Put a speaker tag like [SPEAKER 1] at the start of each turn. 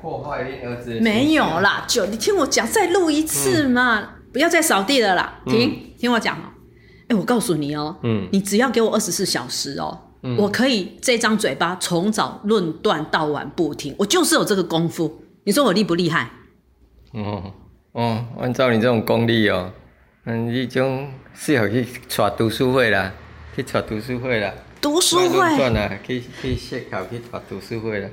[SPEAKER 1] 破坏你儿子的心情
[SPEAKER 2] 没有啦，九，你听我讲，再录一次嘛，不要再扫地了啦，停，听我讲哦、哎、我告诉你哦、
[SPEAKER 1] 嗯
[SPEAKER 2] 你只要给我二十四小时哦、我可以这张嘴巴从早论断到晚不停，我就是有这个功夫。你说我厉不厉害？
[SPEAKER 1] 哦哦，按照你这种功力哦，嗯，你种适合去带读书会啦，去带读书会啦，
[SPEAKER 2] 读书会
[SPEAKER 1] 啊转啦，去去学校去带读书会啦。